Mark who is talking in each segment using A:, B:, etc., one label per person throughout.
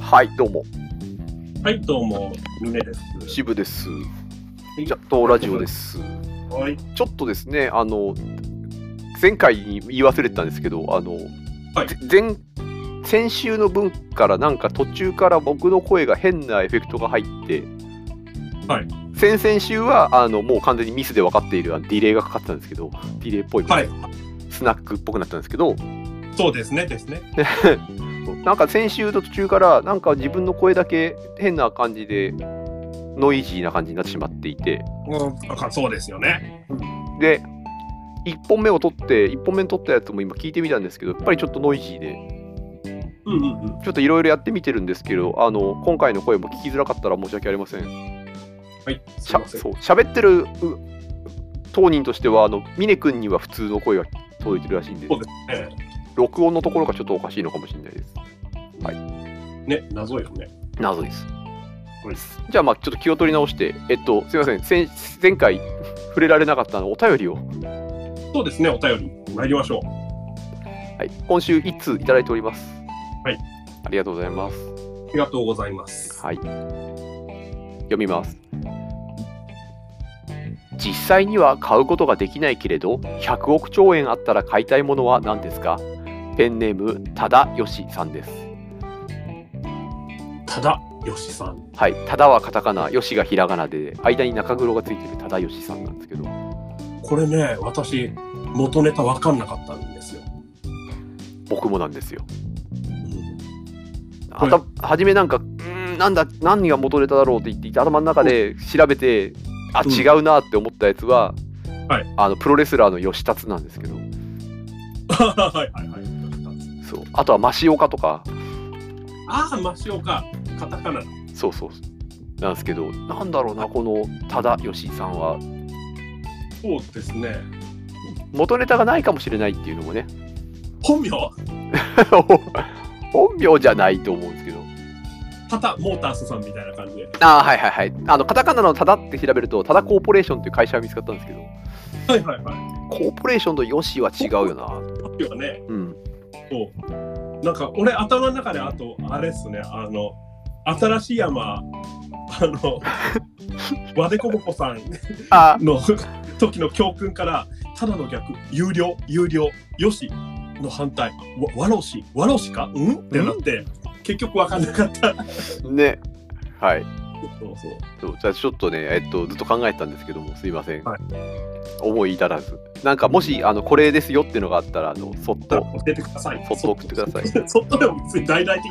A: はい、どうも。
B: はい、どうも、ミネです。
A: 渋です。
B: い
A: ジャットラジオです。
B: はい。
A: ちょっとですね、あの、前回に言い忘れてたんですけど、あの、
B: はい
A: ぜ前、先週の分からなんか途中から僕の声が変なエフェクトが入って、
B: はい
A: 先々週はあのもう完全にミスで分かっているあのディレイがかかってたんですけど、ディレイっぽい、
B: はい。
A: スナックっぽくなったんですけど、
B: そうですね、ですね。
A: なんか先週の途中からなんか自分の声だけ変な感じでノイジーな感じになってしまっていて
B: うん、あかそうですよね。
A: で1本目を取って1本目に取ったやつも今聞いてみたんですけどやっぱりちょっとノイジーで
B: うんうんうん。
A: ちょっといろいろやってみてるんですけどあの今回の声も聞きづらかったら申し訳ありません
B: はい。
A: しゃそう喋ってるう当人としてはあの峰君には普通の声が届いてるらしいんで
B: そうです
A: 録音のところがちょっとおかしいのかもしれないです
B: ね。ね、謎よね。
A: 謎です
B: はい
A: じゃあまあちょっと気を取り直してえっとすいません先前回触れられなかったあのお便りを、
B: そうですね、お便り、参りましょ
A: はい、今週1通いただいております
B: はい
A: ありがとうございます
B: う。ありがとうございます。
A: はい読みます実際には買うことができないけれど100億兆円あったら買いたいものは何ですかペンネームただよしさんです
B: ただ、よしさん。
A: はいただはカタカナよしがひらがなで間に中黒がついてるただよしさんなんですけど
B: これね、私、元ネタわかんなかったんですよ。
A: 僕もなんですよ
B: う
A: あ
B: ん
A: た初めなんか、うーん、なんだ、何が元ネタだろうって言って、頭の中で調べて、あ、
B: うん
A: 違うなって思ったやつは、
B: はい
A: あのプロレスラーの吉達なんですけど、
B: はいはいはい。
A: そうあとは増岡とか、
B: ああ、マシオか。カタカナ。
A: そうそう、なんですけど、なんだろうな、この多田義さんは、
B: そうですね。
A: 元ネタがないかもしれないっていうのもね、
B: 本名、
A: 本名じゃないと思うんですけど、
B: タタモータースさんみたいな感じで。
A: あーはいはいはい、あのカタカナの多田って調べると、多田コーポレーションっていう会社が見つかったんですけど、
B: はいはいはい。
A: コーポレーションとヨシは違うよな、
B: 本名はね、
A: うん、
B: そうなんか俺頭の中であとあれっすねあの新しい山あ のわでこぼこさん
A: あ
B: の 時の教訓からただの逆有料有料よしの反対わわろしわろしかうんってなって結局わかんなかった
A: ね、はい。
B: そうそう
A: そうじゃあちょっとね、えっと、ずっと考えてたんですけどもすいません、
B: はい
A: 思い至らずなんかもしあのこれですよってのがあったらあのそっと
B: 教えてください
A: そっと送 ってくださ い
B: そそっとでも別に大々的に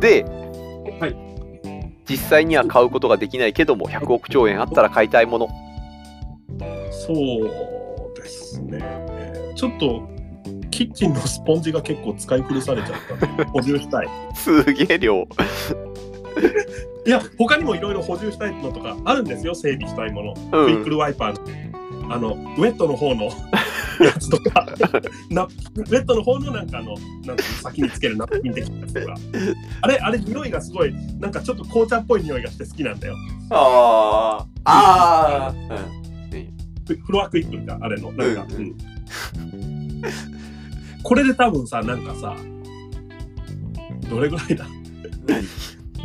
A: で、
B: はい
A: 実際には買うことができないけども100億兆円あったら買いたいもの
B: そうですねちょっとキッチンのスポンジが結構使い古されちゃったんで補充したい
A: すげえ量
B: いや、他にもいろいろ補充したいのとかあるんですよ、整備したいもの。
A: うん
B: クイックルワイパーの、あの、ウェットの方のやつと か、ナプウェットの方のなんかあの、なんか先につけるナプキン的なやつとか。あれ、あれ、匂いがすごい、なんかちょっと紅茶っぽい匂いがして好きなんだよ。
A: ああああ、
B: フフロアクイックルか、あれの。なんか、
A: うん
B: うんこれで多分さ、なんかさ、どれぐらいだ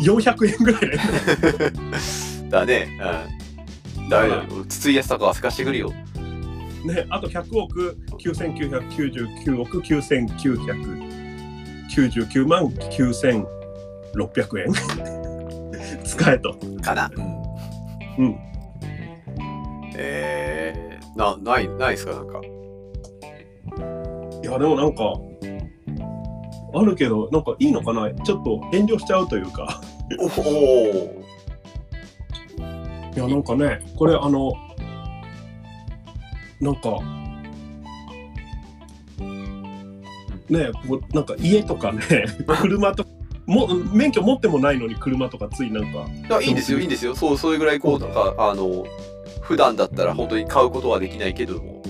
B: ?400 円ぐらいだよね
A: うん、 だねうん
B: だめだ
A: 筒井康隆は透かしてくるよ
B: ね、あと100億9999億9999万9600円 使えと。
A: かな
B: うん
A: えー、なないないですかなんか
B: いやでもなんかあるけどなんかいいのかなちょっと遠慮しちゃうというか
A: おお
B: いやなんかねこれあのなんかねこうなんか家 とかね車とかも免許持ってもないのに車とかついなんか
A: いやいいんですよいいんですよそうそれぐらいこうなんかあの普段だったら本当に買うことはできないけども、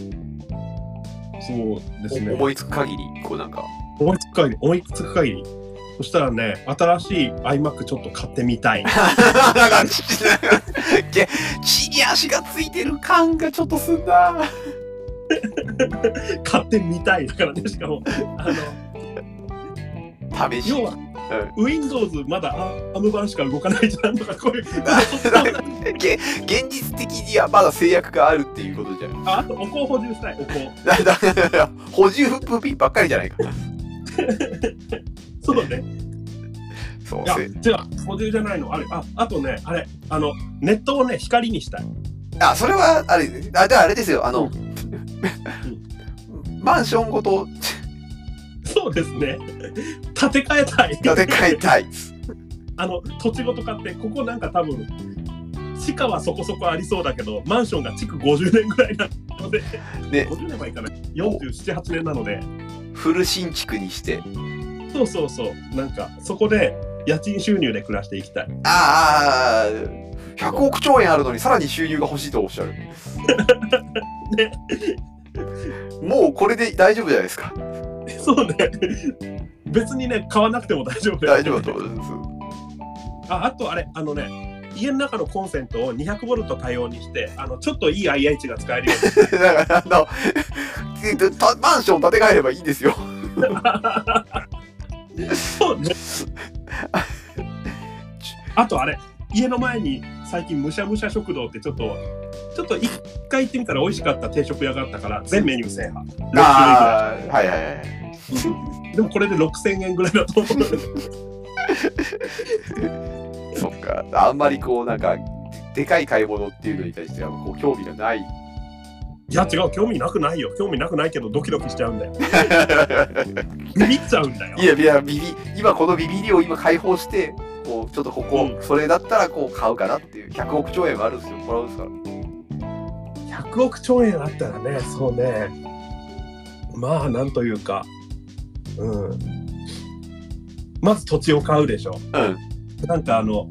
B: そうで
A: お
B: すね
A: 思いつく限りこうなんか
B: 思いつく限り、思いつく限り。そしたらね、新しい iMac ちょっと買ってみたい。
A: なんか地地に足がついてる感がちょっとすんな
B: 買ってみたいだからね、しかも、あの、
A: 試し
B: 要は、Windows まだアーム版しか動かないじゃんとか、こういう、
A: げ 現実的にはまだ制約があるっていうことじゃん
B: ああとお香補充したい、お香。
A: だだだだ補充不備ばっかりじゃないか
B: そうね。
A: そう
B: いや
A: せ、
B: じゃあ、補充じゃないの、あれ、あ、あとね、あれ、あの、ネットをね、光にしたい。
A: あそれはあれですあじゃああれですよあの、マンションごと
B: そうです ね。建て替えたい。
A: 建て替えたい
B: あの、土地ごと買って、ここなんか多分、地価はそこそこありそうだけど、マンションが築50年ぐらいなので、
A: ね
B: 50年はいかない。47、8年なので、
A: フル新築にして
B: そうそうそう、なんか、そこで、家賃収入で暮らしていきたい。
A: ああ100億兆円あるのにさらに収入が欲しいとおっしゃる
B: ね
A: もうこれで大丈夫じゃないですか
B: そうね。別にね、買わなくても大丈夫だよ
A: 大丈夫だと思います
B: ああとあれあのね家の中のコンセントを200ボルト対応にしてあのちょっといい IH が使えるように
A: だからあのえっとたマンション建て替えればいいんですよ
B: そうね あとあれ家の前に最近むしゃむしゃ食堂ってちょっとちょっと一回行ってみたら美味しかった定食屋があったから全メニュー制覇6種類ぐら
A: ああはいはいはい
B: いでもこれで6000円ぐらいだと思う
A: そっかあんまりこうなんかででかい買い物っていうのに対してはこう興味が ない
B: いや違う興味なくないよ興味なくないけどドキドキしちゃうんだよビビっちゃうんだよ
A: いやいやビビ今このビビりを今解放してこうちょっとここ、
B: う
A: それだったらこう買うかなっていう100億兆円はあるんですよもらうんですから
B: 100億兆円あったらね、そうね、まあ、なんというか、うん、まず土地を買うでしょ。
A: うん
B: なんかあの、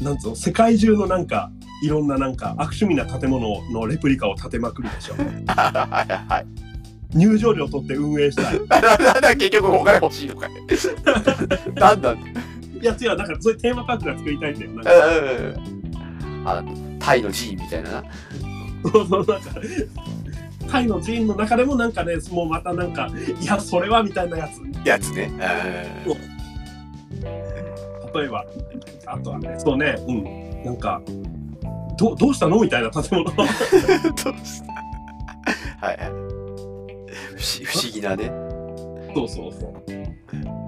B: なんつうの、世界中のなんか、いろんななんか悪趣味な建物のレプリカを建てまくるでしょ。
A: はいはいはい
B: 入場料取って運営したい。い
A: ななな結局お金欲しいの かいなんだ
B: や、違う、なんかそういうテーマパークが作りたいんだよ。なんか
A: うんあタイの寺院みたいなな
B: そうそうなんかタイの寺院の中でもなんかね、もうまたなんか、いや、それはみたいなやつ。
A: やつねうん
B: 例えばあとはねそうねうんなんかどどうしたのみたいな建物
A: ど うしたはいはい不思不思議なね
B: そうそうそう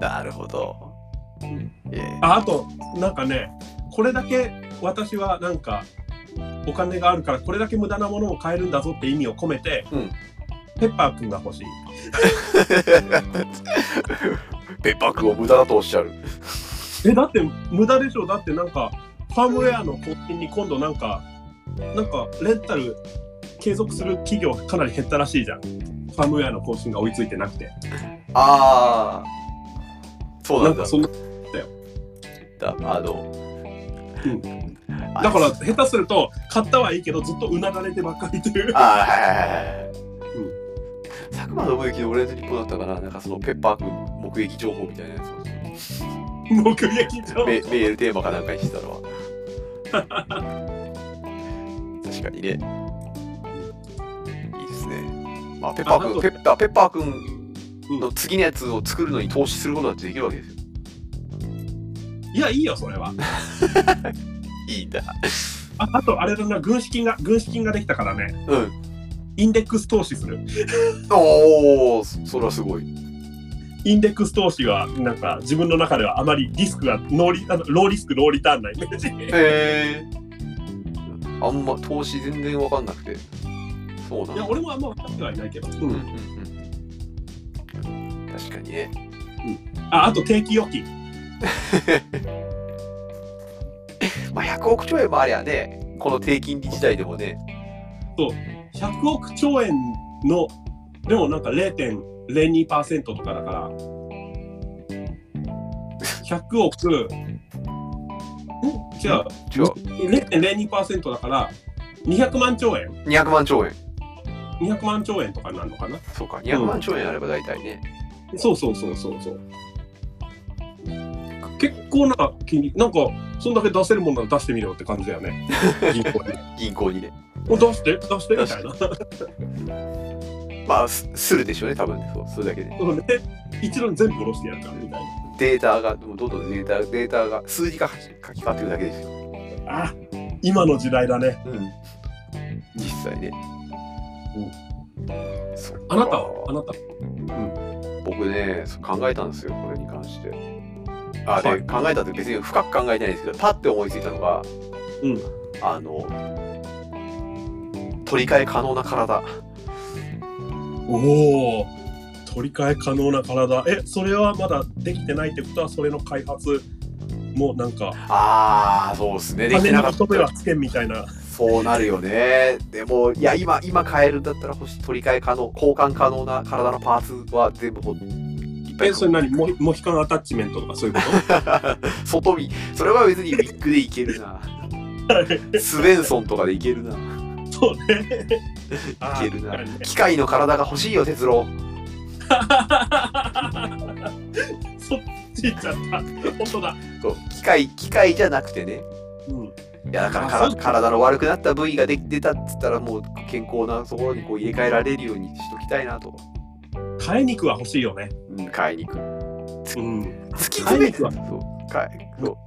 A: なるほどえ え
B: ああとなんかねこれだけ私はなんかお金があるからこれだけ無駄なものを買えるんだぞって意味を込めて、
A: うん
B: ペッパーくんが欲しい
A: ペッパー君を無駄だとおっしゃる
B: えだって無駄でしょだってなんかファームウェアの更新に今度なんかなんかレンタル継続する企業がかなり減ったらしいじゃんファームウェアの更新が追いついてなくて
A: ああそうな
B: な
A: んんだ
B: かそんな
A: あの、
B: うん
A: あ
B: だから下手すると買ったはいいけどずっとうなだれてばっかりという
A: あーはいはいはいはい佐久間信之の俺の日本だったかななんかそのペッパー君目撃情報みたいなやつを
B: 目撃情報
A: メメールテーマかなんかにしてたのは 確かにねいいですねまあペッパー
B: あ
A: 君
B: なん
A: ペ
B: か
A: ッパーペッパー君の次のやつを作るのに投資することだってできるわけですよ
B: いやいいよそれはい
A: いんだ
B: ああとあれだな軍資金が軍資金ができたからね
A: うん
B: インデックス投資する
A: おおそそれはすごい
B: インデックス投資はなんか自分の中ではあまりリスクがノーリあのローリスクローリターンなイメージい
A: へえあんま投資全然わかんなくてそうなんだ
B: や俺もあんま分かってはいないけど、う
A: うんうん
B: ん、
A: うん確かにね
B: ああと定期預金
A: まあ100億兆円もありゃねこの低金利時代でもね
B: 100億兆円のでもなんか0.02%とかだから100億ん違う
A: 違う
B: 0.02%だから200万兆円
A: 200万兆円
B: 200万兆円とかになるのかな
A: そうか200万兆円あれば大体ね、
B: そうそうそうそうそう結構な金利なんかそんだけ出せるもんなら出してみろって感じだよ ね銀行に
A: 銀行にね
B: お出して出してみたいな
A: まあすするでしょうね多分ねそうそれだけで
B: そうね一度に全部下ろしてやるからみたい
A: データがもうどんどんデータデータが数字が書き換わっていくだけですよ、
B: なあ今の時代だね
A: うん、実際ね、そっか
B: あなたはあなた
A: 僕ねそう考えたんですよこれに関してあで、
B: はい
A: 考えたって別に深く考えてないんですけどパッて思いついたのが、
B: うん
A: あの取り替え可能な体
B: おお取り替え可能な体えそれはまだできてないってことはそれの開発もなんか
A: ああそうですねでき
B: 金
A: てな
B: の
A: かった
B: ことではつけんみたいな
A: そうなるよねでもいや今今買えるんだったら欲しい取り替え可能交換可能な体のパーツは全部ほいっぱい
B: えそれ何モヒモヒカンアタッチメントとかそういうこ
A: 外見それは別にウィッグでいける なスベンソンとかでいけるな
B: と そう ねあー
A: いけるな
B: 確かにね
A: 機械の体が欲しいよ哲郎
B: そっち行っちゃった本当だ
A: そう機械機械じゃなくてね
B: うん
A: いやだから
B: あ
A: か
B: そう
A: 体の悪くなった部位がで出たっつったらもう健康なところにこう入れ替えられるようにしときたいなと、
B: 替え肉は欲しいよね
A: うん、買いに行く
B: うん
A: 突き詰め
B: 買いに行く
A: そう買いそう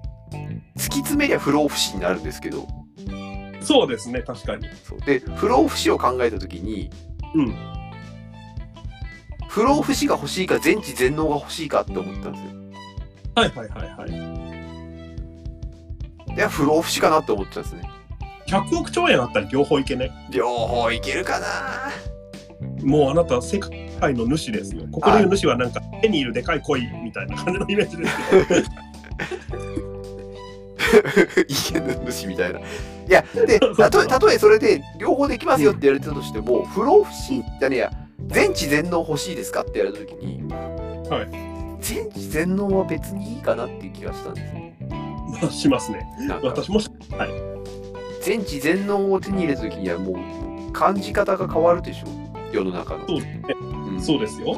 A: 突き詰めりゃ不老不死になるんですけど
B: そうですね確かに
A: そうで不老不死を考えた時に
B: うん
A: 不老不死が欲しいか全知全能が欲しいかって思ったんですよ
B: はいはいはいはい
A: や不老不死かなって思っちゃうんですね
B: い100億兆円あったら両方いけね
A: 両方いけるかな
B: もうあなたは世界の主ですよここでいう主はなんか手にいるでかい恋みたいな感じのイメージですけど
A: 意見の主みたいな。いや、で、た とえ、たとえそれで両方できますよって言われてたとしても、不老不死じゃねえや、全知全能欲しいですかって言われたときに、。
B: はい
A: 全知全能は別にいいかなっていう気がしたんですね。
B: ま あしますね
A: なんか、
B: 私もし
A: 全知全能を手に入れたときにはもう、もう感じ方が変わるでしょ世の中の。
B: そうですね
A: うん
B: そうですよ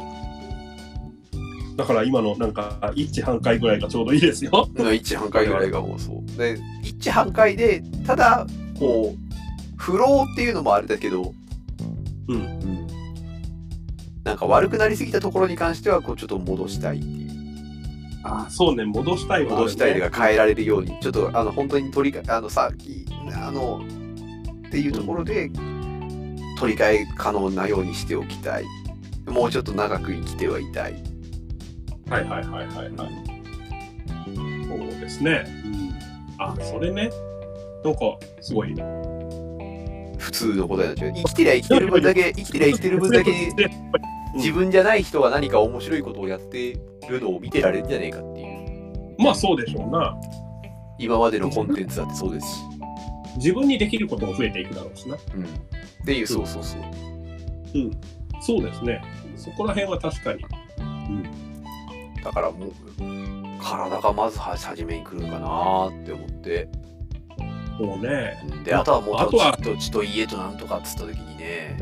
B: だから今のなんか一致半回ぐらいがちょうどいいですよ
A: の一致半壊ぐらいがもうそう。で、一致半壊で、ただ、こう、不老っていうのもあれだけど、
B: うん
A: なんか悪くなりすぎたところに関しては、こう、ちょっと戻したいっていう。
B: あそうね戻したいわ
A: 戻したいというか変えられるように、ちょっと、あの、本当に取り替え、あの、さっき、あの、っていうところで、取り替え可能なようにしておきたい。もうちょっと長く生きてはいたい。
B: はいはいはいはいはいそうですね、あそれねなんかすごい
A: 普通のことやなっちゃう。生きてりゃ生きてる分だけ、生きてりゃ生きてる分だけ、自分じゃない人が何か面白いことをやってるのを見てられるんじゃねえかっていう
B: まあそうでしょうな
A: 今までのコンテンツだってそうですし、
B: 自分にできることも増えていくだろうしな
A: うん、っていうそうそうそう
B: そうですねそこら辺は確かに
A: だからもう体がまずは初めに来るかなーって思って
B: そうね
A: うんであとはもう
B: あとは
A: 土地と地と家となんとかっつった時にね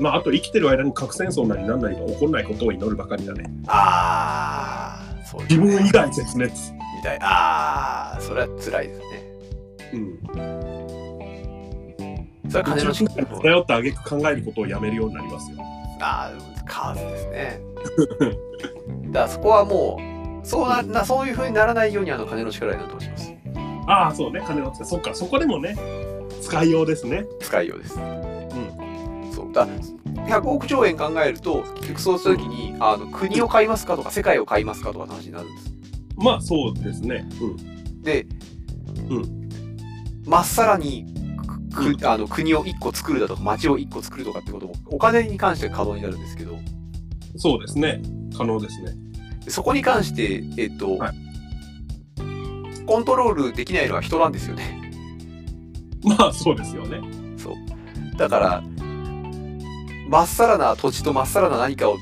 B: まああと生きてる間に核戦争なりなんなりが起こらないことを祈るばかりだね
A: ああそう
B: 自分以外絶滅
A: みたいああそれは辛いですね
B: うん
A: それは金の心配も
B: 偏った挙句考えることをやめるようになりますよ。
A: ああカーズですねだからそこはもうそうななそういうふうにならないようにあの金の力になってほしいです
B: ああ、そうね、金の使い。そっか、そこでもね、使いようですね。
A: 使いようです。うん。そうだ100億兆円考えると結局そうした時に、あの国を買いますかとか世界を買いますかとかの話になるんです。
B: まあそうですね。うん。
A: で、
B: う
A: まっさらにく
B: う
A: くあの国を1個作るだとか町を1個作るとかってこともお金に関しては可能になるんですけど
B: そうですね。可能ですね。
A: でそこに関して、えっと
B: はい
A: コントロールできないのは人なんですよね。
B: まあそうですよね。
A: そうだからまっさらな土地とまっさらな何かを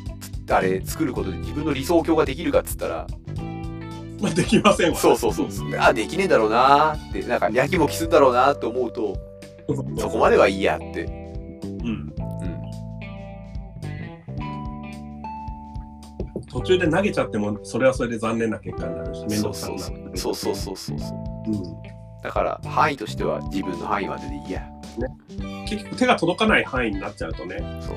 A: あれ作ることで自分の理想郷ができるかっつった ら
B: まあできませんわ。
A: そうそうそうそう。あ、できねえだろうなーって、なんか、やきもきすんだろうなーって思うと、
B: そうそう
A: そ
B: そう。
A: こまではいいやって。
B: うん。
A: うん。
B: 途中で投げちゃっても、それはそれで残念な結果になるし、面
A: そ
B: 倒
A: う
B: くさ
A: そ
B: く
A: う
B: な
A: そう
B: る。。
A: そうそうそうそうそう。
B: う
A: だから、範囲としては自分の範囲まででいいや。
B: ん。結局手が届かない範囲になっちゃうとね。
A: そう。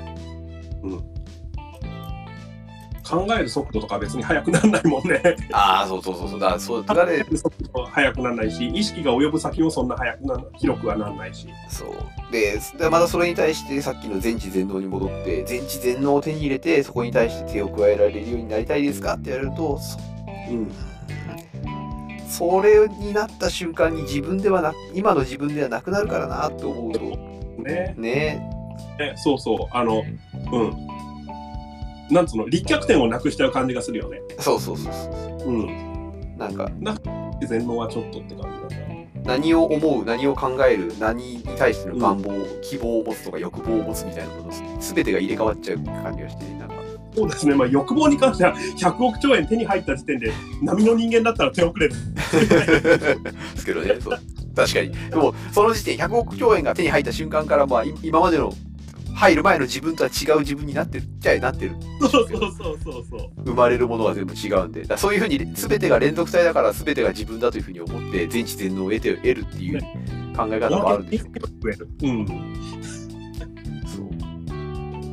B: 考える速度とか別に速くならないもんね。
A: ああそうそうそうそうだからそうだから
B: 考える速度は速くならないし、意識が及ぶ先もそんな速くな広くはならないし。
A: そうででまたそれに対してさっきの全知全能に戻って全知全能を手に入れてそこに対して手を加えられるようになりたいですかってやるとそ
B: うん。
A: それになった瞬間に自分ではな今の自分ではなくなるからなと思うとね
B: ね。ねそうそう。あの、うん。なんつうの、立脚点をなくしちゃう感じがするよね。
A: そうそうそうそう
B: うん。
A: なんか
B: 全能はちょっとって感じだね。
A: 何を思う何を考える何に対しての願望、希望を持つとか欲望を持つみたいなこと全てが入れ替わっちゃう感じがしてなんか
B: そうですね。まあ欲望に関しては100億兆円手に入った時点で、波の人間だったら手遅れです。
A: ですけどね、そう確かに。でも、その時点、100億兆円が手に入った瞬間から、まあ、い今までの入る前の自分とは違う自分になってるっちゃなってる。
B: そうそうそうそうそう。
A: 生まれるものは全部違うんで、だからそういうふうに全てが連続体だから全てが自分だというふうに思って、全知全能を得て得るっていう考え方もあるんでしょうけど、
B: 増える。うん。
A: そう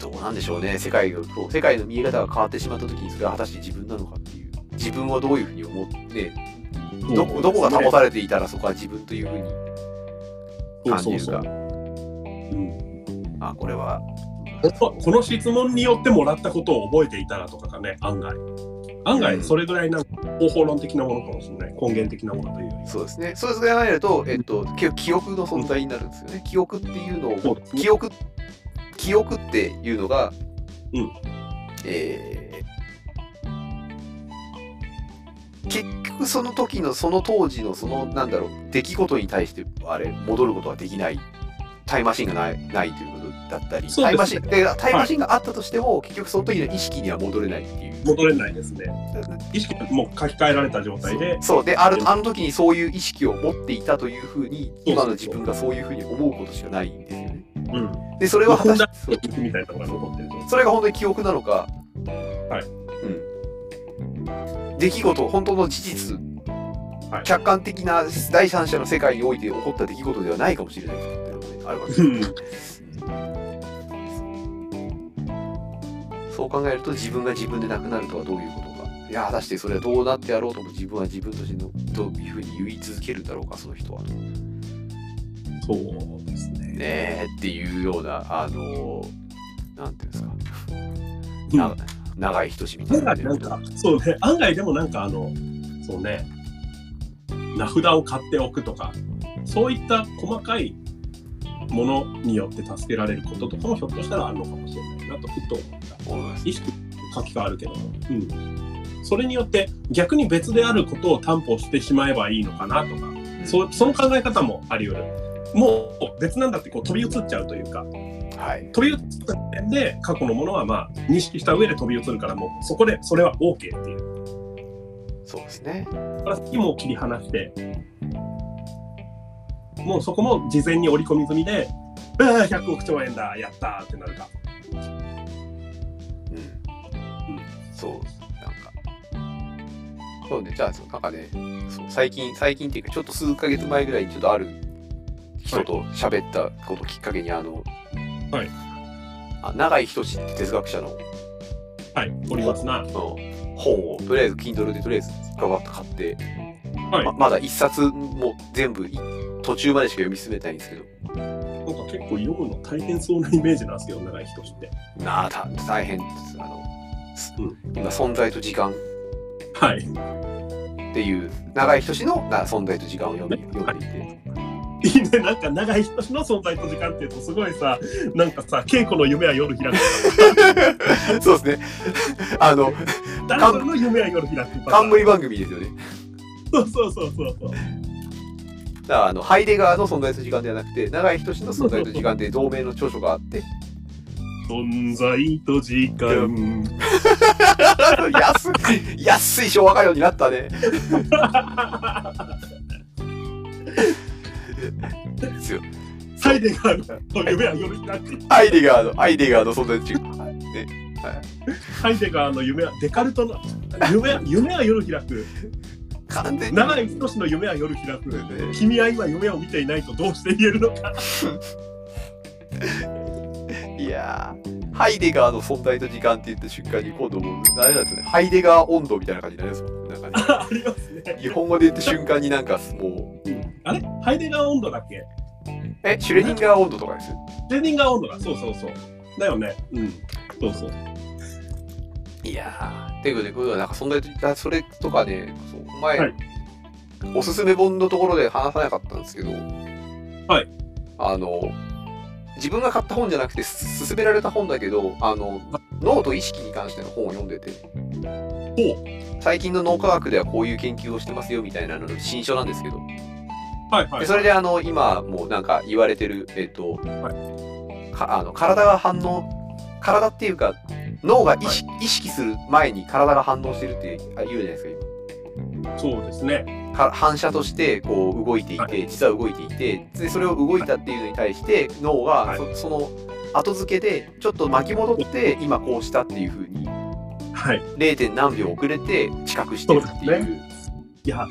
A: どうなんでしょうね、世界がこう世界の見え方が変わってしまった時に、それは果たして自分なのかっていう、自分をどういうふうに思って、どこどこが保たれていたらそこは自分というふうに
B: そう
A: 感じ
B: そう
A: る
B: そ
A: か。
B: う。うん
A: あこれは
B: この質問によってもらったことを覚えていたらとかがね、案外。案
A: うん
B: 外、それぐらいなんか方法論的なものかもしれない。根源的なものというより。
A: そうですねそうですね考えると、えっと、結記憶の存在になるんですよね記憶っていうの
B: そ
A: を
B: うですね
A: 記憶記憶っていうのが、
B: うん
A: えー結局その時のその当時のそのなんだろう出来事に対してあれ戻ることはできないタイムマシンがないないということだったり、
B: そ
A: タ
B: うですね
A: イムマシンでタイムマシンがあったとしても、結局その時の意識には戻れないっていう
B: 戻れないですね。意識がもう書き換えられた状態で、
A: そうであるあの時にそういう意識を持っていたというふうに今の自分がそういうふうに思うことしかないんですよね。
B: うん。
A: で それは
B: こ
A: 果た
B: ん
A: し
B: な
A: て
B: 記憶みたいなのが残ってる状態。
A: それが本当に記憶なのか、
B: はい
A: うん、出来事本当の事実、
B: はい
A: 客観的な第三者の世界において起こった出来事ではないかもしれないっていうのがねあるわけです
B: うん
A: そう考えると自分が自分でなくなるとはどういうことか。いや果たしてそれはどうなってやろうとも自分は自分としてのどういうふうに言い続けるんだろうかその人は。
B: そうですね。
A: ねえっていうようなあのなんていうんですか、
B: うん
A: な長い人志みたい
B: 案
A: な
B: 外なんか、そうね、案外でもなんかあの、そうね、名札を買っておくとか、そういった細かいものによって助けられることとかもひょっとしたらあるのかもしれないなとふと思った。
A: 思います
B: 意識書き換わるけども、うん、それによって逆に別であることを担保してしまえばいいのかなとか、そその考え方もあり得る。もう別なんだってこう飛び移っちゃうというか
A: はい
B: 飛び移った時点で過去のものはまあ認識した上で飛び移るからもうそこでそれは OK っていう
A: そうですね
B: だから先も切り離して、もうそこも事前に織り込み済みで、うわー100億兆円だ、やったーってなるか。
A: うん、そうなんかそうねじゃあそうなんかねそう最近最近っていうかちょっと数ヶ月前ぐらいにちょっとある人と喋ったことをきっかけにあの、
B: はい
A: あ長井仁って哲学者の
B: はい、おりますな。
A: うん本をとりあえず Kindle でとりあえずガバッと買って、
B: はい
A: ままだ一冊も全部い途中までしか読み進めてないんですけど
B: なんか結構読むの大変そうなイメージなんですけど、長い人って。
A: なあた大変ですあの、す
B: うん
A: 今存在と時間っ
B: はい。
A: ていう長井仁のな存在と時間を読み読んでいて
B: いいね、なんか長い人の存在と時間っていうと、すごいさ、なんかさ、稽古の夢は夜開く。
A: そうですねあの
B: 誰かの夢は夜開く。
A: 冠番組ですよね
B: そうそうそうそうそう。
A: だからあのハイデガーの存在と時間ではなくて長井仁の存在と時間で同盟の著書があって
B: 存在と時間。
A: 安い安い昭和歌謡になったねですよ
B: サイデガーの夢は夜開く。
A: アイデガーの、アイデガーの存在中。ね、
B: ハイデガーの夢はデカルトの夢は夢は夜開く
A: 完全に。
B: 長井仁の夢は夜開く
A: ね
B: 君は今夢を見ていないとどうして言えるのか
A: いやー、ハイデガーの存在と時間って言った瞬間に、今度もう、あれなんですよね、ハイデガー温度みたいな感じになりますもん、なんかね、
B: ありますね。
A: 日本語で言った瞬間になんか、も
B: あれハイデガー温度だっけ
A: う、え、シュレディンガー温度とかです
B: シュレディンガー温度だ。そうそうそう。だよね。うん。そうそう。
A: いやー、ていうことで、こういうのはなんか存在とあそれとかね、そう前、
B: はい
A: おすすめ本のところで話さなかったんですけど、
B: はい。
A: あの、自分が買った本じゃなくて、す勧められた本だけど、あの、脳と意識に関しての本を読んでて、最近の脳科学ではこういう研究をしてますよみたいなのの新書なんですけど、
B: はいは
A: で
B: い。
A: それであの今もうなんか言われてる、えっとかあの体が反応体っていうか脳が意識,、意識する前に体が反応してるってあ言うじゃないですか
B: そうですね。
A: 今か反射としてこう動いていて、
B: は
A: 実は動いていてでそれを動いたっていうのに対して脳が、
B: はい
A: そその後付けでちょっと巻き戻って今こうしたっていうふうに
B: はい。
A: 0. 点何秒遅れて知覚してるっていう
B: そういや、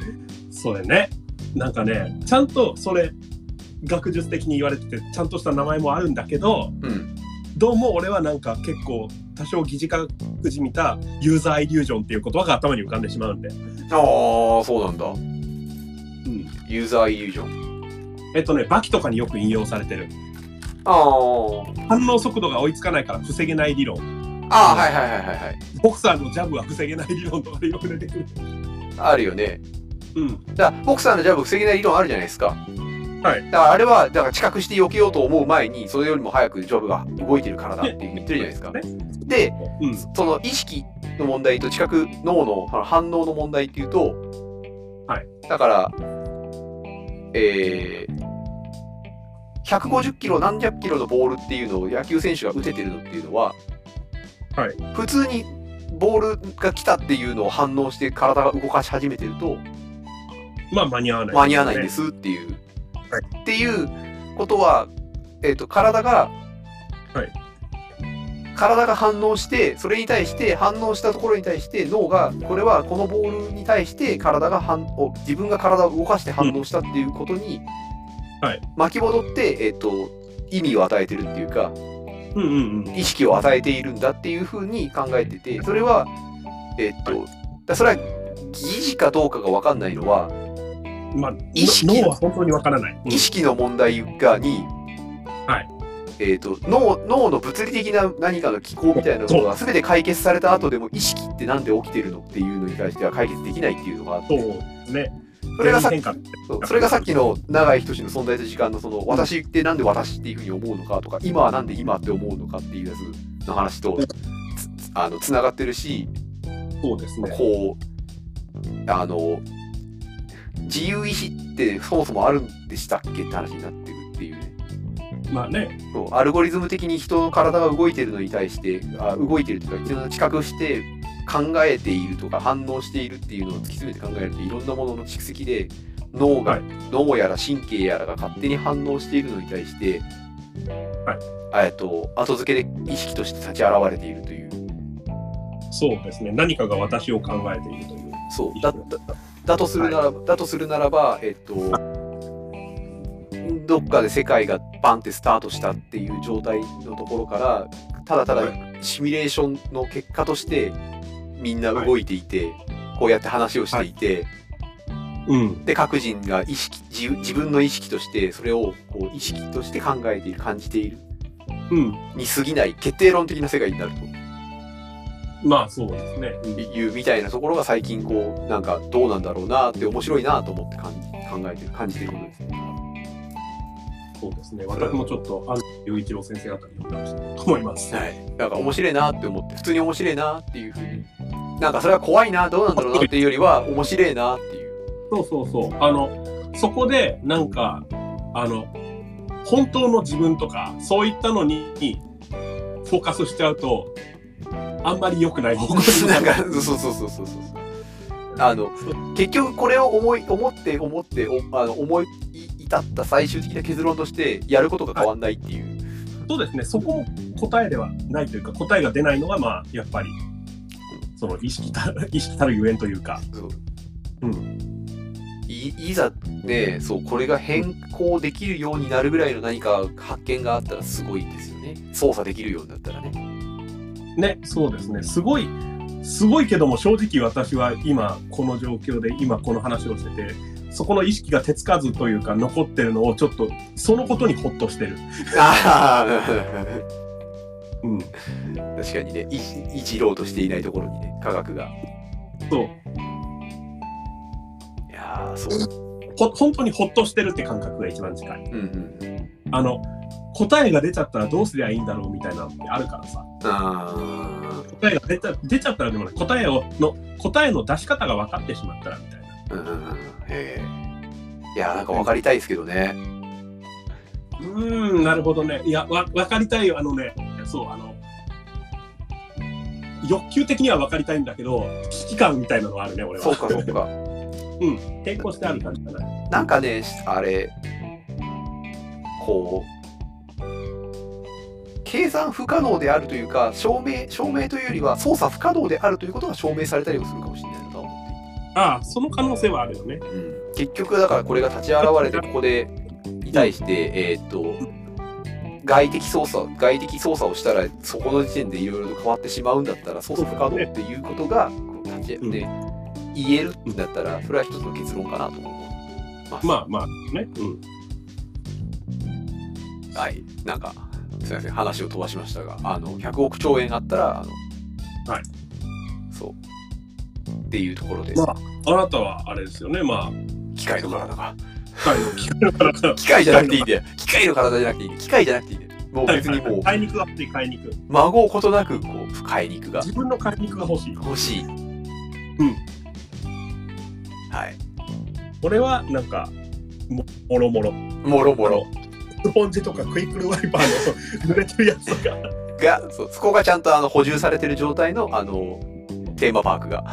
B: それね。なんかね、ちゃんとそれ、学術的に言われてて、ちゃんとした名前もあるんだけど、
A: うん
B: どうも俺はなんか結構、多少疑似科学じみたユーザーイリュージョンっていう言葉が頭に浮かんでしまうんで。
A: ああそうなんだ
B: うん。
A: ユーザーイリュージョン
B: えっとね、バキとかによく引用されてる。
A: あー
B: 反応速度が追いつかないから防げない理論。
A: あーはいはいはいはいはい
B: ボクサーのジャブは防げない理論とかでよく出てくる。
A: あるよね。
B: うん。
A: だからボクサーのジャブ防げない理論あるじゃないですか。
B: はい
A: だからあれは、だから知覚して避けようと思う前に、それよりも早くジャブが動いてるからだって言ってるじゃないですか。
B: ね。
A: で、
B: うん。
A: その意識の問題と知覚、脳のあの反応の問題っていうと、
B: はい。
A: だから、えー、150キロ何百キロのボールっていうのを野球選手が打ててるのっていうのは、
B: はい
A: 普通にボールが来たっていうのを反応して体が動かし始めてると、
B: まあ間に合わない、
A: 間に合わないんで。すっていう。
B: は
A: っていうことは、えっと体が、
B: はい
A: 体が反応してそれに対して反応したところに対して脳がこれはこのボールに対して体が反応自分が体を動かして反応したっていうことに、
B: はい
A: 巻き戻って、えっと意味を与えてるっていうか
B: うんうんうん。
A: 意識を与えているんだっていうふうに考えててそれはえっと、だそれは疑似かどうかが分かんないのは
B: まあ、
A: 意識
B: 脳は本当にわからない。うん
A: 意識の問題がに、
B: はい
A: えー、と脳脳の物理的な何かの機構みたいなものが全て解決された後でも意識ってなんで起きてるのっていうのに関しては解決できないっていうのがあっ
B: そう
A: て
B: ですね。
A: それがさっ
B: 全
A: き
B: 員変化って
A: そうそれがさっきの永井仁の存在と時間のその私ってなんで私っていうふうに思うのかとか今はなんで今って思うのかっていうやつの話とつつあのつながってるし
B: そうですね。
A: こうあの自由意志ってそもそもあるんでしたっけって話になってるっていうね。
B: まあね。
A: そうアルゴリズム的に人の体が動いてるのに対してあ動いてるというか人の知覚して考えているとか反応しているっていうのを突き詰めて考えるといろんなものの蓄積で脳が、
B: はい
A: 脳やら神経やらが勝手に反応しているのに対して、えっと後付けで意識として立ち現れているという
B: そうですね。何かが私を考えているという。
A: そうだだだとするなら、だとするならばえっとどっかで世界がバンってスタートしたっていう状態のところからただただ
B: は
A: シミュレーションの結果としてみんな動いていて、こうやって話をしていて、
B: うん。
A: で各人が意識自自分の意識としてそれをこう意識として考えている感じている
B: うん。
A: に過ぎない決定論的な世界になると
B: まあそうですね。
A: いうみたいなところが最近こうなんかどうなんだろうなって面白いなと思って感じ考えてる感じてることですね。
B: そうですね。私もちょっと、安藤雄一郎先生あたり読んでましたと思います。
A: はい、なんか面白いなって思って普通に面白いなっていうふうになんかそれは怖いなどうなんだろうなっていうよりは面白いなっていう
B: そうそうそう。あの、そこで、なんか、あの、本当の自分とか、そういったのに、フォーカスしちゃうと、あんまり良くない方向に
A: なんかそうそうそうそうそうそうあの結局これを思い思って思っておあの思い至った最終的な結論としてやることが変わんないっていう、
B: そうですね、そこも答えではないというか、答えが出ないのが、まあ、やっぱり、 その意識たる、意識たるゆえんというか、
A: そう
B: うん
A: いいいざねそうこれが変更できるようになるぐらいの何か発見があったらすごいんですよね操作できるようになったらね
B: ね、そうですね。すごい、すごいけども、正直私は今、この状況で、今この話をしてて、そこの意識が手つかずというか、残ってるのを、ちょっと、そのことにほっとしてる。
A: あ
B: うん。
A: あ 確かにねいいじろうとしていないところにね科学が
B: そう。
A: いやーそう
B: ほ、本当にほっとしてるって感覚が一番近い。
A: うんうん
B: あの、答えが出ちゃったらどうすりゃいいんだろうみたいなのってあるからさ。
A: あ
B: 答えが出ちゃ出ちゃったらでもない。答えを、の、答えの出し方が分かってしまったらみたいな。
A: ーうんうんうんええいやーなんか分かりたいですけどね
B: うーん、なるほどね。いや、わ、わかりたいよ。あのね、そう、あの、欲求的にはわかりたいんだけど、危機感みたいなのはあるね、俺は。
A: そうかそうか
B: うん、抵抗してある感じかな。
A: なんかね、あれ、こう、計算不可能であるというか、証明、証明というよりは操作不可能であるということが証明されたりもするかもしれないなとは思
B: ああ、その可能性はあるよね。
A: って、うん、結局、だからこれが立ち現れて、ここで、に対して、えーっと、外的操作、外的操作をしたら、そこの時点でいろいろと変わってしまうんだったら、操作不可能っていうことが、こう立ち、
B: うん
A: ね、言えるんだったら、それは一つの結論かなと思います。
B: まあまあ、ね。うん。
A: はい、なんか、すみません、話を飛ばしましたが、あの、100億兆円あったら、あの、
B: はい。
A: そう。っていうところで、
B: まあなたはあれですよね、まあ、
A: 機械の体が。
B: 機械の機械の 体
A: 機械じゃなくていいんだよ。機械の体じゃなくていいんだよ。機械じゃなくていいんだよ。もう別にもう、
B: 買い肉が欲しい、買い肉。
A: 孫をことなく、こう、深い肉が
B: 自分の買い肉が欲しい。。
A: 欲しい。うんはい。
B: 俺は、なんか、ももろもろ。
A: もろもろ。
B: スポンジとかクイックルワイパーの濡れてるやつとか。
A: が、そうそこがちゃんとあの補充されてる状態の、あの、テーマパークが。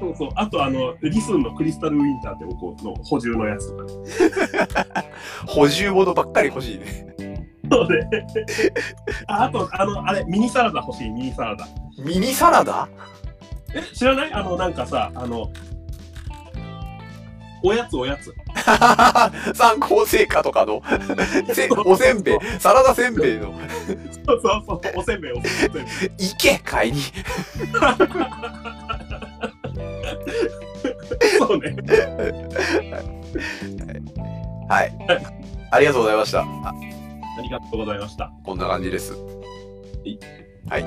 B: そうそう。あと、あの、リスンのクリスタルウィンターって僕の補充のやつとかね。
A: 補充物ばっかり欲しいね。
B: そうね。 ああと、あの、あれ、ミニサラダ欲しい、ミニサラダ。
A: ミニサラダ
B: え、知らないあの、なんかさ、あの、おやつおやつ。
A: 参考成果とかの せおせんべいサラダせんべいの
B: そうそうそう、おせんべい、おせんべい。
A: 行け買いに
B: そうね。
A: はいありがとうございましたあ
B: ありがとうございました。
A: こんな感じです
B: い
A: はい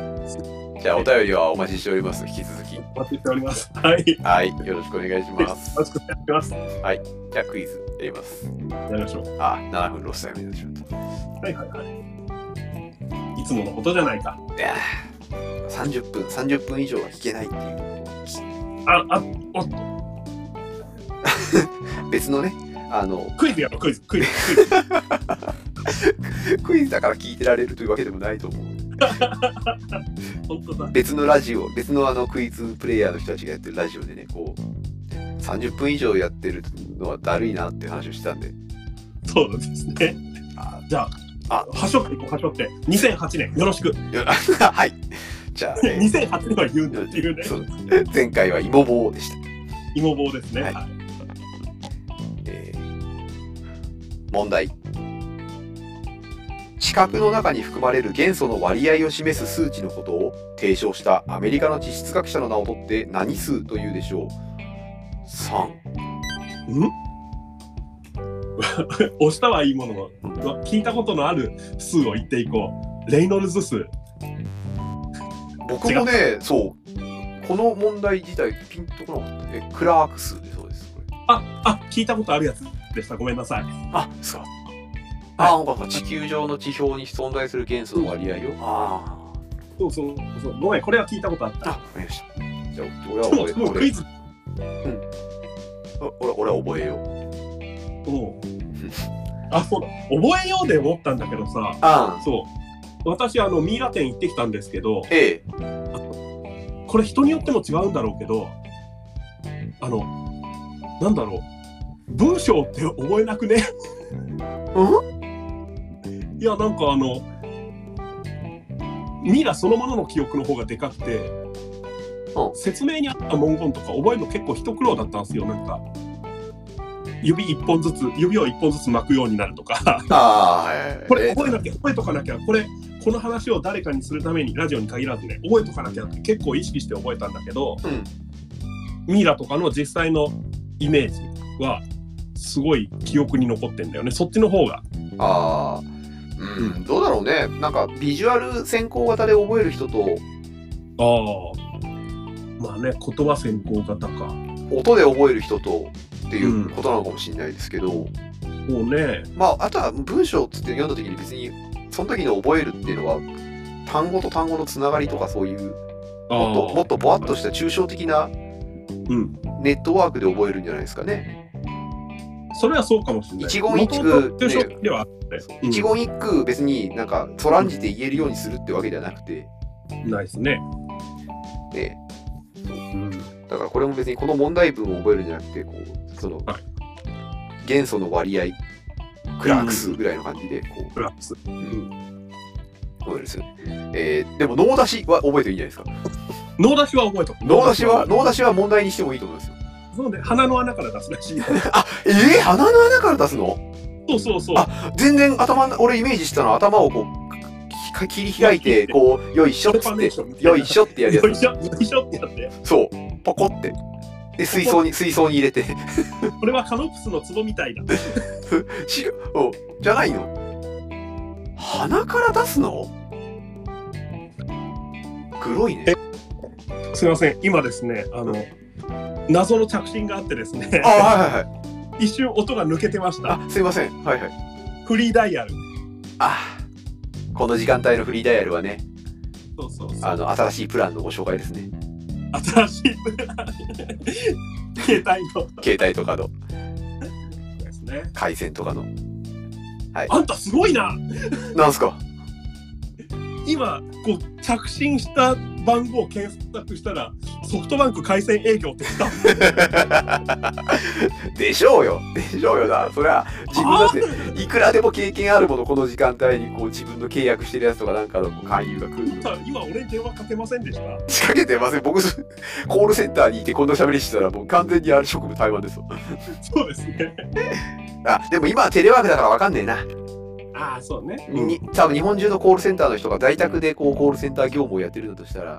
A: じゃあお便りはお待ちしております引き続き
B: お待ちしております。はい。よ
A: はいよろしくお願いします
B: ろしくお願いします。や
A: じゃあクイズやります
B: りましょう。
A: あ7分ロスタイムになってしまっ
B: はいはいはい。いつものことじゃないか。
A: たいやー30分30分以上は聞けないっていう
B: あ、あ、おっと、
A: 別のねあの
B: クイズやろう、クイズ、クイズ、クイズ。
A: クイズだから聞いてられるというわけでもないと思う
B: 本当だ。
A: 別のラジオ別のあのクイズプレイヤーの人たちがやってるラジオでねこう30分以上やってるのはだるいなって話をしてたんで
B: そうですね。
A: あ
B: じゃあ、あ、はしょっていこう、はしょって。2008年、よろしく。
A: いや はいじゃあ、えー
B: 2008年は言うんだって いうね。
A: そう前回は芋棒でした、
B: 芋棒ですね。
A: はい
B: はい
A: えー問題地殻の中に含まれる元素の割合を示す数値のことを提唱したアメリカの地質学者の名を取って何数というでしょう ?3
B: ん 押したはいいものの、聞いたことのある数を言っていこう。レイノルズ数。
A: 僕もね、そう、この問題自体、ピンとこなかった。え、クラーク数でそうです、これ。
B: あ、あ、聞いたことあるやつでした。ごめんなさい。
A: あ、そうか。あ、なんか地球上の地表に存在する元素の割合よ。あ
B: そうそうそう。ごめん、これは聞いたことあっ
A: あ。あ、
B: た。
A: わかりました。じゃあ、俺は
B: も
A: 覚
B: う、もうクイ
A: え、
B: ズ。
A: 俺、俺、俺は覚えよう。
B: うんあ、そうだ。覚えようで思ったんだけどさ、
A: あ
B: そう。私、あの、ミイラ店行ってきたんですけど、
A: ええ。
B: これ人によっても違うんだろうけどあのなんだろう文章って覚えなくね
A: うん
B: いやなんかあのミイラそのものの記憶の方がでかくて、
A: うん
B: 説明にあった文言とか覚えるの結構一苦労だったんですよなんか指一本ずつ指を一本ずつ巻くようになるとか
A: あーはい
B: これ
A: えーと
B: 覚えなきゃ覚えとかなきゃこれこの話を誰かにするためにラジオに限らずね覚えとかなきゃって結構意識して覚えたんだけど、
A: うん
B: ミイラとかの実際のイメージはすごい記憶に残ってんだよねそっちの方が
A: ああうん、どうだろうねなんかビジュアル先行型で覚える人と
B: ああまあね言葉先行型かも
A: 音で覚える人とっていうことなのかもしれないですけど、
B: うね
A: まああとは文章をつって読んだ時に別にその時の覚えるっていうのは単語と単語のつながりとかそういう
B: あ
A: もっと
B: ー
A: もっとぼわっとした抽象的な
B: うん
A: ネットワークで覚えるんじゃないですかね。
B: それはそうかもしれない
A: 一言一句
B: 元々抽象的ではあってうん
A: 一言一句別になんかそらんじて言えるようにするってわけじゃなくて、
B: ないですね
A: ね、だからこれも別にこの問題文を覚えるんじゃなくてこうその、
B: は
A: 元素の割合クラークスぐらいの感じでこう
B: プラス
A: 覚えるんですよね。えーでも脳出しは覚えていいんじゃないですか。
B: 脳出しは覚えとく
A: 脳出しは脳出しは問題にしてもいいと思いますよ。
B: そうね鼻の穴から出すらしいよ
A: えー、鼻の穴から出すの
B: そうそうそう
A: 全然頭の俺イメージしたのは頭をこうか切り開いてこうよいしょっつってよいしょってやるや
B: よい
A: つ
B: しょよいしょってやって
A: そうポコってで水槽に水槽に入れて
B: これはカノプスの壺みたいだ
A: 違うおじゃないの鼻から出すの黒いね
B: すいません今ですねあの謎の着信があってですね
A: あはいはいはい
B: 一瞬音が抜けてました
A: あすいませんはいはい
B: フリーダイヤル
A: あこの時間帯のフリーダイヤルはね
B: そうそうそう
A: あの新しいプランのご紹介ですね
B: 新しい携帯の
A: 携帯とかの
B: ですね
A: 回線とかの
B: あんたすごいな
A: なんすか
B: 今こう着信した番号を検索したらソフトバンク回線営業って来た
A: でしょうよでしょうよなそりゃ自分だっていくらでも経験あるものこの時間帯にこう自分の契約してるやつとかなんかの勧誘が来るの
B: あ今俺に電話かけませんでした
A: 仕掛けてません僕すコールセンターにいてこんな喋りしてたらもう完全にあれ職務台湾ですよ
B: そうですね
A: あでも今はテレワークだからわかんねえな、
B: ああそうね、
A: に多分日本中のコールセンターの人が在宅でこうコールセンター業務をやってるのとしたら、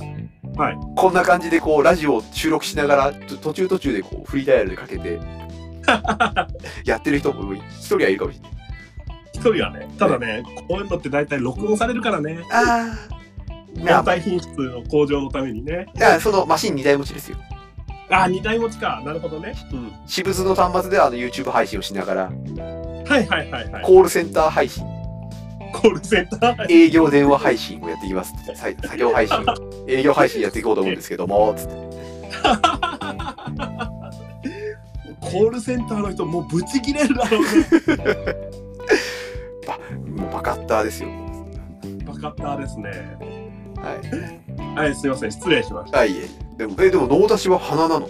B: はい
A: こんな感じでこうラジオを収録しながらちょ途中途中でこうフリーダイヤルでかけ てやってる人も一人はいるかもしれない
B: 一人はねただねこういうのって大体録音されるからね
A: あ
B: 団
A: ー
B: 体品質の向上のためにね
A: あそのマシン2台持ちですよ、
B: ああ二台持ちかなるほどね
A: うん、私物の端末であの YouTube 配信をしながら
B: はいはいはいはい
A: コールセンター配信
B: コールセンター
A: 営業電話配信をやっていきますさい作業配信 営業配信やっていこうと思うんですけどもつって
B: コールセンターの人もうブチ切れるだろうね
A: もうバカッターですよ
B: バカッターですね
A: はい
B: はいすいません失礼しました
A: あいえでもえでも脳出しは鼻なの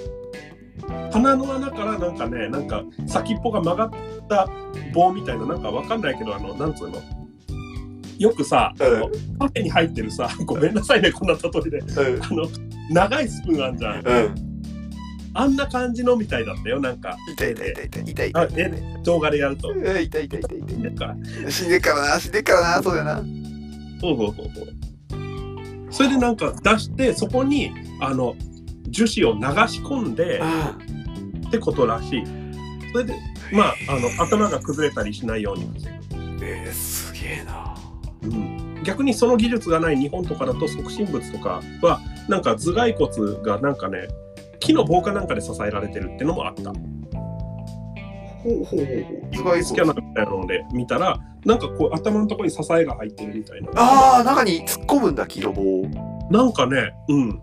B: 鼻の穴からなんかねなんか先っぽが曲がった棒みたいななんかわかんないけどあのなんつうのよくさ、あのカフェに入ってるさごめんなさいねこんな例えで
A: う
B: あの長いスプーンあんじゃん
A: んうん
B: あんな感じのみたいだったよなんか
A: 痛い痛い痛い痛い痛い
B: あ
A: 痛い
B: え動画でやると
A: うん痛い痛い痛い痛い痛
B: なんか
A: い死ねっからな死ねっからなそうだな
B: そうそうそうそうそれでなんか出してそこにあの樹脂を流し込んで
A: あ
B: ってことらしいそれでまああの頭が崩れたりしないように
A: えー、すげえな
B: 逆にその技術がない日本とかだと促進物とかはなんか頭蓋骨がなんかね木の棒かなんかで支えられてるってのもあった
A: ほうほうほうほう頭蓋
B: スキャナ
A: 骨
B: ーみたいなので見たらなんかこう頭のところに支えが入ってるみたいな
A: ああ中に突っ込むんだキロ棒う
B: なんかねうん
A: わ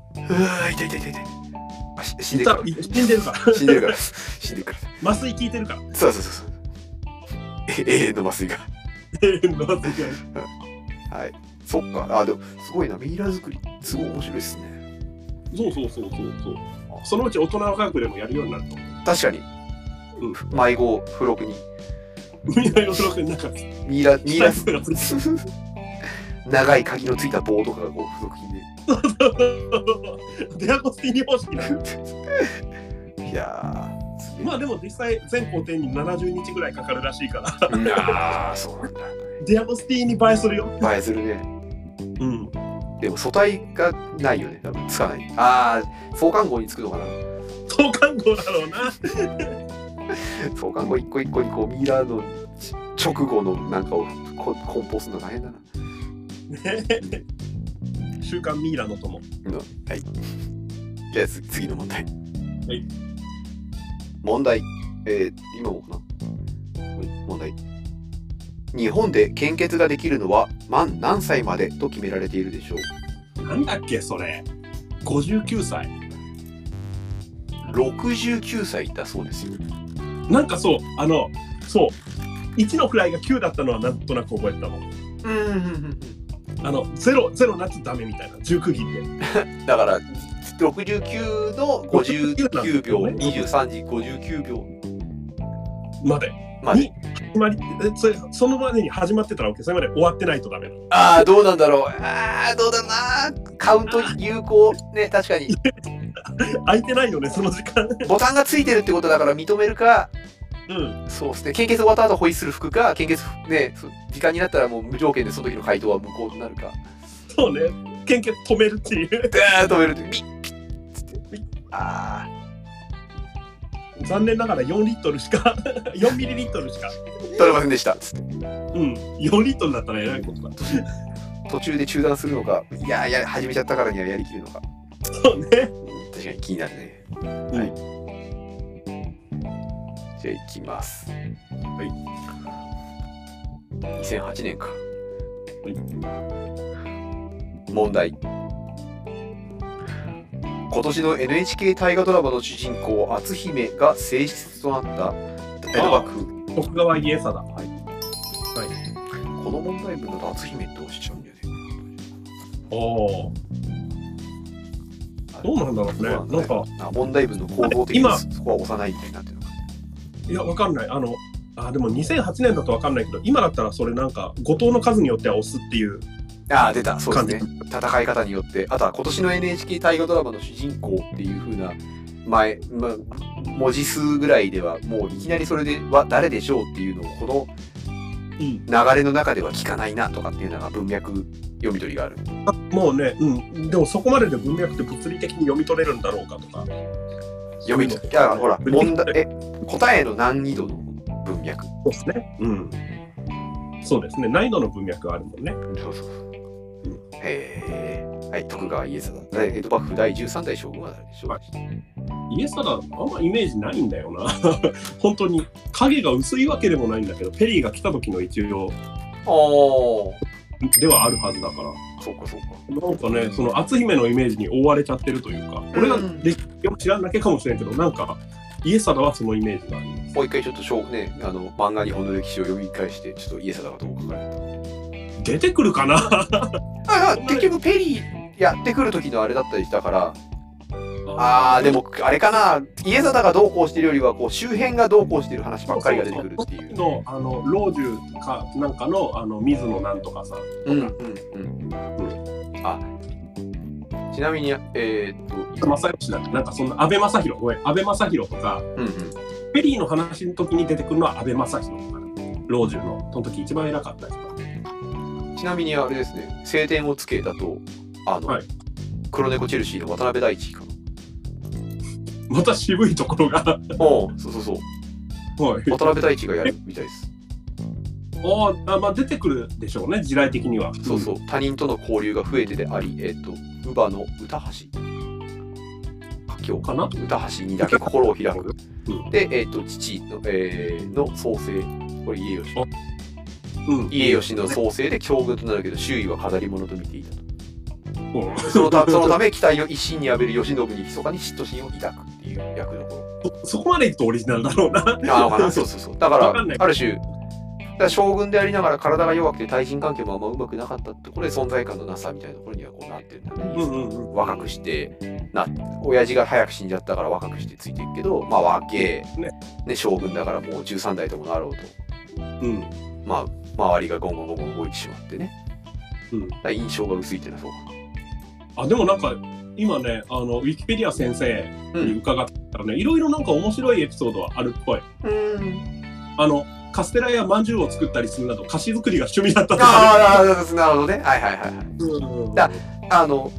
A: 痛い痛い痛い痛いあし死ねっ
B: 痛
A: から
B: い死んでるから
A: 死んでるから死んでるから
B: 麻酔効いてるから
A: そうそうそうそうえ永遠の麻酔がはいそっかあでもすごいなミイラ作りすごい面白いですね
B: そうそうそうそうそうそのうち大人科学でもやるようになると
A: 確かに、迷子付録に
B: 未来の記録になんか
A: ミイラミイラ
B: がついてる
A: 長い鍵のついた棒とかがこう付属品で
B: デアコスティーニ方式なの
A: いやー、す
B: まあでも実際全工程に70日ぐらいかかるらしいから
A: ああ、そうなんだ。
B: ディアゴスティーに映えするよ、
A: 映えするね。
B: うん、
A: でも素体がないよね。多分つかない。ああ、相関号につくのかな。
B: 投函号だろうな
A: 相関号一個一個にこうミラーの直後のなんかをこ梱包するの大変だな。
B: ね週刊ミイラの友
A: はい。じゃあつ次の問題。
B: い
A: 問題。えー、今もかなはい問題。日本で献血ができるのは満何歳までと決められているでしょう
B: なんだっけそれ59歳
A: ?69 歳だそうですよ。
B: なんかそうあのそう1の位が9だったのはなんとなく覚えてたもん
A: うんうんうん
B: あの0ゼロなっちゃダメみたいな19切っ
A: うん。だから、69の59秒、23時59秒
B: てまで
A: まで
B: に。始まりえそれそのまでに始まってたら OK それまで終わってないとダメな
A: ああ、どうなんだろう。ああ、どうだろうな。カウント有効。ね、確かに。
B: 空いてないよねその時間
A: ボタンがついてるってことだから認めるか、
B: うん
A: そうですね。献血終わった後ホイッスル吹くか、献血ね、そ時間になったらもう無条件でその時の回答は無効になるか。
B: そうね献血止めるっていう
A: で、止めるって、ミッ、ピッ、つって。あ
B: 残念ながら4リットルしか4ミリ リットルしか
A: ー、取れませんでした。つって。
B: うん4リットルだったらえらいことだ
A: 途中で中断するのか、いやいや、始めちゃったからにはやりきるのか。
B: そうね
A: 確かに気になるね。
B: うん
A: はい。じゃあ、行きます。はい。2008年か。問題今年の NHK 大河ドラマの主人公篤姫が正室となった江戸幕府
B: 徳川家定
A: この問題文だと篤姫って押しちゃうんだよね
B: おおどうなんだろうね
A: そうだよあ問題文の構造的
B: 今
A: にそこは押さないみたいになってるのか
B: いやわかんないあのあでも2008年だとわかんないけど今だったらそれなんか後藤の数によっては押すっていう
A: ああ出たそうです
B: 感
A: ね戦い方によってあとは今年の NHK 大河ドラマの主人公っていう風な前、ま、文字数ぐらいではもういきなりそれでは誰でしょうっていうのをこの
B: う
A: 流
B: ん
A: れの中では聞かないなとかっていうのが文脈読み取りがある
B: あもうねうんでもそこまでで文脈って物理的に読み取れるんだろうかとか
A: 読み取りあほら問題え答えの難易度の文脈
B: そうですねうんそうですね難易度の文脈があるもんね
A: そうそうそうへえはい徳川家康だ江戸幕府第13代将軍は誰でしょう、
B: はい家定あんまイメージないんだよな 本当に影が薄いわけでもないんだけどペリーが来た時の一応
A: お
B: ではあるはずだから
A: そうかそうか
B: なんかね、その篤姫のイメージに覆われちゃってるというか、俺がでよく知らんだけかもしれんけど、なんか、家定はそのイメージがあります。
A: もう一回ちょっとしょう、ね、あの漫画日本の歴史を読み返して、ちょっと家定がどう書かれ
B: 出てくるかな
A: たあ結局ペリーやってくる時のあれだったりしたから、ああ、でもあれかな、家定がどうこうしてるよりはこう周辺がどうこうしてる話ばっかりが出てくるっていう。
B: の、あの、老中か、なんかの、あの、水野なんとかさん。
A: うんうんうん。あちなみに、えーっと、
B: 正義だっけなんかそんな、安倍正弘、ごめん、安倍正弘とか、
A: うんうん、
B: ペリーの話の時に出てくるのは安倍正弘とかね、老中の、その時一番偉かった人か。
A: ちなみにあれですね、晴天をつけだと、あの、
B: はい黒
A: 黒猫チェルシーの渡辺大地かな。
B: また渋いところが、はい。
A: おそうそうそう、渡辺大地がやるみたいです。
B: おーあまあ、出てくるでしょうね、時代的には。
A: そうそう、他人との交流が増えてであり、えっ、と、乳母の歌橋。佳境
B: かな
A: 歌橋にだけ心を開く。
B: うん
A: で、えっ、と、父の,、えーの創生。これ家吉。
B: うん。
A: 家吉の創生で境遇となるけど、周囲は飾り物と見ていたと。
B: うん
A: そ のたそのため、期待を一心に浴びる慶喜に密かに嫉妬心を抱くっていう役どころ。
B: そこまでいくとオリジナルだろうな。
A: なのか な そうそうそう。だから
B: わかんない、
A: ある種、だから将軍でありながら体が弱くて対人関係もあんまうまくなかったって、これ存在感のなさみたいなところにはこうなってるんだね。
B: うんうんうん。
A: 若くしてな親父が早く死んじゃったから若くしてついていくけどまあ若え、
B: ね
A: ね将軍だからもう13代ともなろうと
B: うん。
A: まあ周りがゴンゴンゴンゴン動いてしまってね、
B: うん
A: だから印象が薄いっていうのはそう
B: あ、でもなんか、今ね、あの、ウィキペディア先生に伺ったんからね、いろいろなんか面白いエピソードはあるっぽい。
A: うん。
B: あの、カステラやまんじゅうを作ったりするなど、菓子作りが趣味だったとかね。
A: ああ、なるほどね。はいはいはいはい。
B: うん
A: だあの、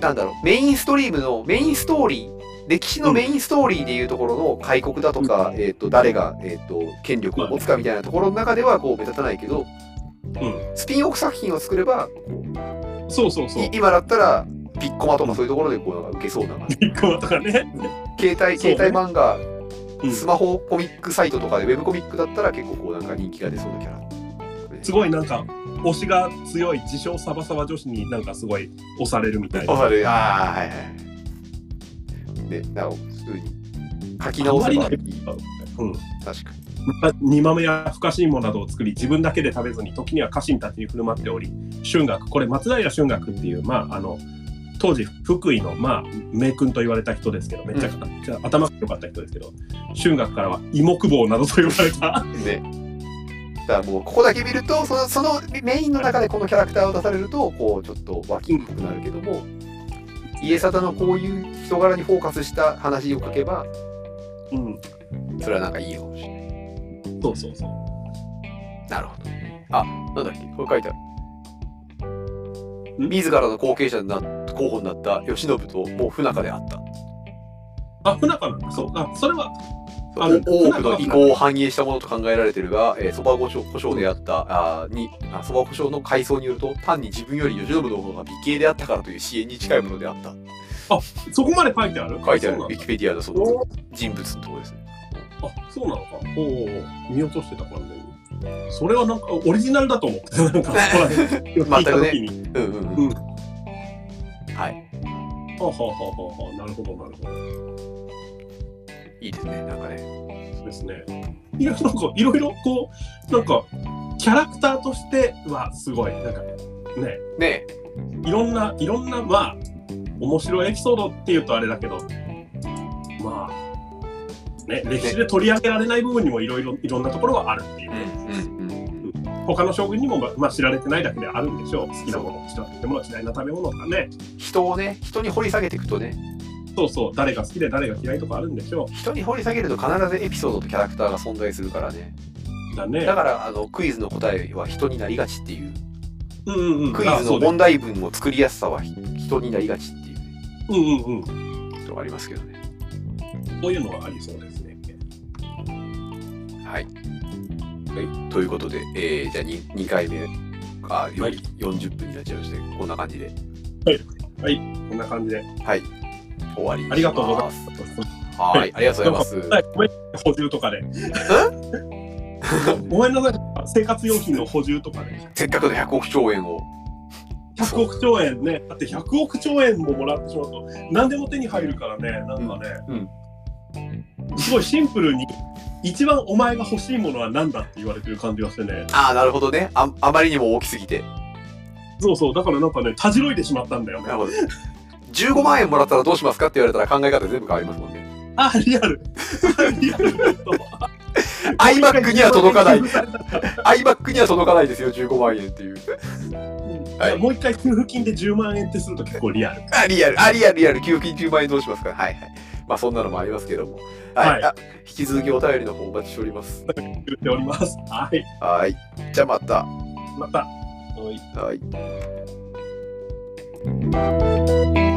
A: なんだろう、メインストリームのメインストーリー、歴史のメインストーリーでいうところの開国だとか、えっと誰が、えっと権力を持つかみたいなところの中ではこう目立たないけど、
B: ん
A: スピンオフ作品を作れば、こう
B: そうそうそう
A: い。今だったら、ピッコマとかそういうところでこうなんか受けそうな感じ。
B: ピッコマとかね。
A: 携帯、
B: そう
A: 携
B: ね
A: 帯漫画、
B: うん
A: スマホコミックサイトとかで、ウェブコミックだったら結構こうなんか人気が出そうなキャラ。
B: すごいなんか、推しが強い自称サバサバ女子になんかすごい押されるみたい
A: わ
B: な。
A: かる。ああ、はいはい。で、なお、普通に書き直せばいい。
B: うん
A: 確かに。
B: 煮豆やふかし芋などを作り自分だけで食べずに時には家臣たちに振る舞っており春学これ松平春学っていう、まあ、あの当時福井の、まあ、名君と言われた人ですけどめっちゃ,、頭が良かった人ですけど春学からは芋久保などと呼ば れた
A: ね。だからもうここだけ見るとそのそのメインの中でこのキャラクターを出されるとこうちょっと脇っぽくなるけども、家定のこういう人柄にフォーカスした話を書けば
B: うん
A: それはなんかいいかもしれない。
B: そうそうそう
A: なるほど。あなんだっけこれ書いてある。自らの後継者にな候補になった慶喜ともう不仲であった。
B: あ不仲なんだそうあそれはあ
A: そうお多くの意向を反映したものと考えられているが、えー、そばごしょ胡椒であった、あーにあそば胡椒の階層によると、単に自分より慶喜の方が美形であったからという支援に近いものであった。
B: そこまで書いてある
A: 書いてある、
B: そ
A: ウ
B: うな
A: ィ
B: の
A: キペディアのその人物のところですね。
B: あそうなのかおうおうおう見落としてた完全にそれはなんかオリジナルだと思ってなんかそ こら辺聞いた時に
A: うんうんうん。
B: うん
A: はい。
B: はあはあはあはあなるほどなるほど
A: いいですね、なんかね。
B: ですね。いろいろこういろいろこうなんかキャラクターとしてはすごいなんかね
A: ねえ
B: いろんないろんなまあ面白いエピソードっていうとあれだけどまあね歴史で取り上げられない部分にもいろいろいろんなところはあるっていうう。
A: んうん
B: 他の将軍にもままあ知られてないだけであるんでしょう。好きなもの、好きなもの、嫌いな食べ物とかね。
A: うん。人をね、人に掘り下げていくとね、
B: そうそう、誰が好きで誰が嫌いとかあるんでしょ
A: 人に掘り下げると必ずエピソードとキャラクターが存在するからね。
B: う。だね
A: だ。から、あの、クイズの答えは人になりがちっていう。
B: うんうんうん。
A: クイ
B: あ
A: ズ
B: そ
A: の
B: うです
A: 問題文を作りやすさはひ人になりがちっていうね
B: うんうんうん。
A: ことがありますけどね。
B: こういうのはありそうですね。
A: はい。はい、ということで、えーじゃあ 2, 2回目あより40分になっちゃいまして、こんな感じで
B: こんな感じで。
A: 終わりにします。。
B: ありがとうございますす。
A: はい、ありがとうございま
B: はい、ごめん補充とかで。ごめんなさい、生活用品の補充とかで。
A: す。せっかくの100億兆円を。
B: 100億兆円ね、だって100億兆円ももらってしまうと、何でも手に入るからね、なんかね、すごいシンプルに、一番お前が欲しいものは何だって言われてる感じがしてね、
A: ああ、なるほどねあ。あまりにも大きすぎて。
B: そうそう、だからなんかね、たじろいてしまったんだよ
A: なる
B: ね。
A: ほど。15万円もらったらどうしますかって言われたら考え方全部変わりますもんね。
B: あ、リ アル。あリアル。
A: iMac には届か ない。
B: い
A: iMac には届かないですよ、15万円っていう。
B: や。もう一回給付金で10万円ってすると結構リアル。
A: あ、リアル、あ、リアル、リアル、給付金10万円どうしますかはいはい。まあ、そんなのもありますけども。はい。
B: はい
A: あ引き続きお便りの方お待ちしております。
B: 言っております。はい。
A: はい。じゃあまた。
B: また。
A: はい。